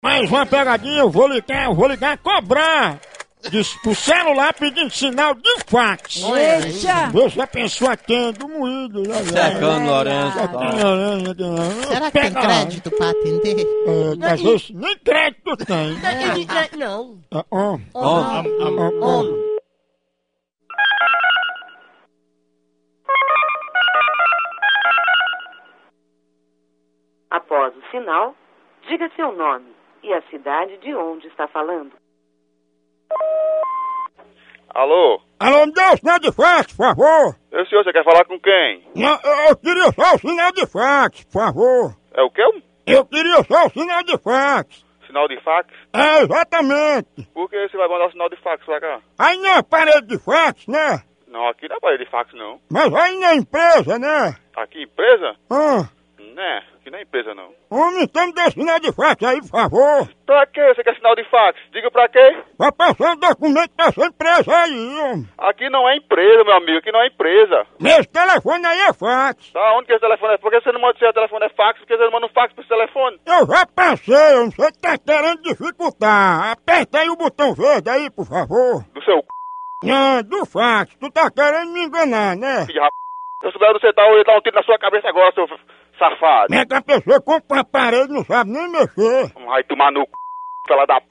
fez uma pegadinha, eu vou ligar, eu vou ligar cobrar. Diz pro celular pedindo sinal de fax. Eita! Você pensou atendo, moído. lá, lá. Secando, Lourenço. Já tem laranja, tem laranja. Será que tem Pega lá. crédito pra atender? É, às vezes nem crédito tem. é Não. Ah, ah, Ó, ah, ah. Após o sinal, diga seu nome e a cidade de onde está falando. Alô? Alô, me dá o sinal de fax, por favor. Eu senhor, você quer falar com quem? Não, eu, eu queria só o sinal de fax, por favor. É o quê? Um Eu queria só o sinal de fax. Sinal de fax? É, exatamente. Por que você vai mandar o sinal de fax pra cá? Aí na parede de fax, né? Não, aqui não é parede de fax, não. Mas aí na empresa, né? Aqui, empresa? Ah, Né, aqui não é empresa, não. homem, então me dê o sinal de fax aí, por favor. Pra que você quer sinal de fax? Diga pra quê? Vai passar um documento pra sua empresa aí, homem. Aqui não é empresa, meu amigo, aqui não é empresa. Meu telefone aí é fax. Tá, onde que esse telefone é? Por que você não manda seu telefone é fax? Por que você não manda um fax pro esse telefone? Eu já passei, eu não sei que tá querendo dificultar. Aperta aí o botão verde aí, por favor. Do seu c... Não, do fax, tu tá querendo me enganar, né? filho de rap... Se eu souber onde você tá, eu ia dar um tiro na sua cabeça agora, seu f- safado. Como é que a pessoa compra um aparelho e não sabe nem mexer? Vai tomar no c... Fela da p...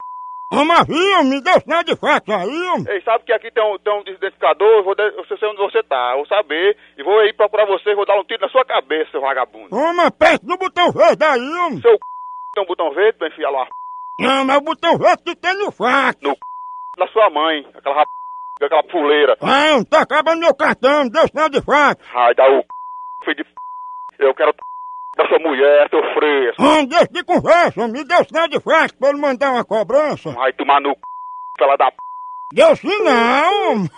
Ô, Mavinho, me deu sinal de fax aí, homem. Ei, sabe que aqui tem um, tem um desidentificador, eu, vou de- eu sei onde você tá, eu vou saber, e vou aí procurar você, vou dar um tiro na sua cabeça, seu vagabundo. Homem, aperta no botão verde aí, homem. Seu c... tem um botão verde pra enfiar lá Não, mas o botão verde que tem no fax. na sua mãe, aquela rap... aquela puleira. Ah, não tá acabando meu cartão, me deu sinal de fax. Ai, dá o c... filho de p... Eu quero p... da sua mulher, seu fresco. Homem, deixa de conversa, me deu sinal de fax pra ele mandar uma cobrança. Vai tomar no c... Fela da p... Deu sinal, homem.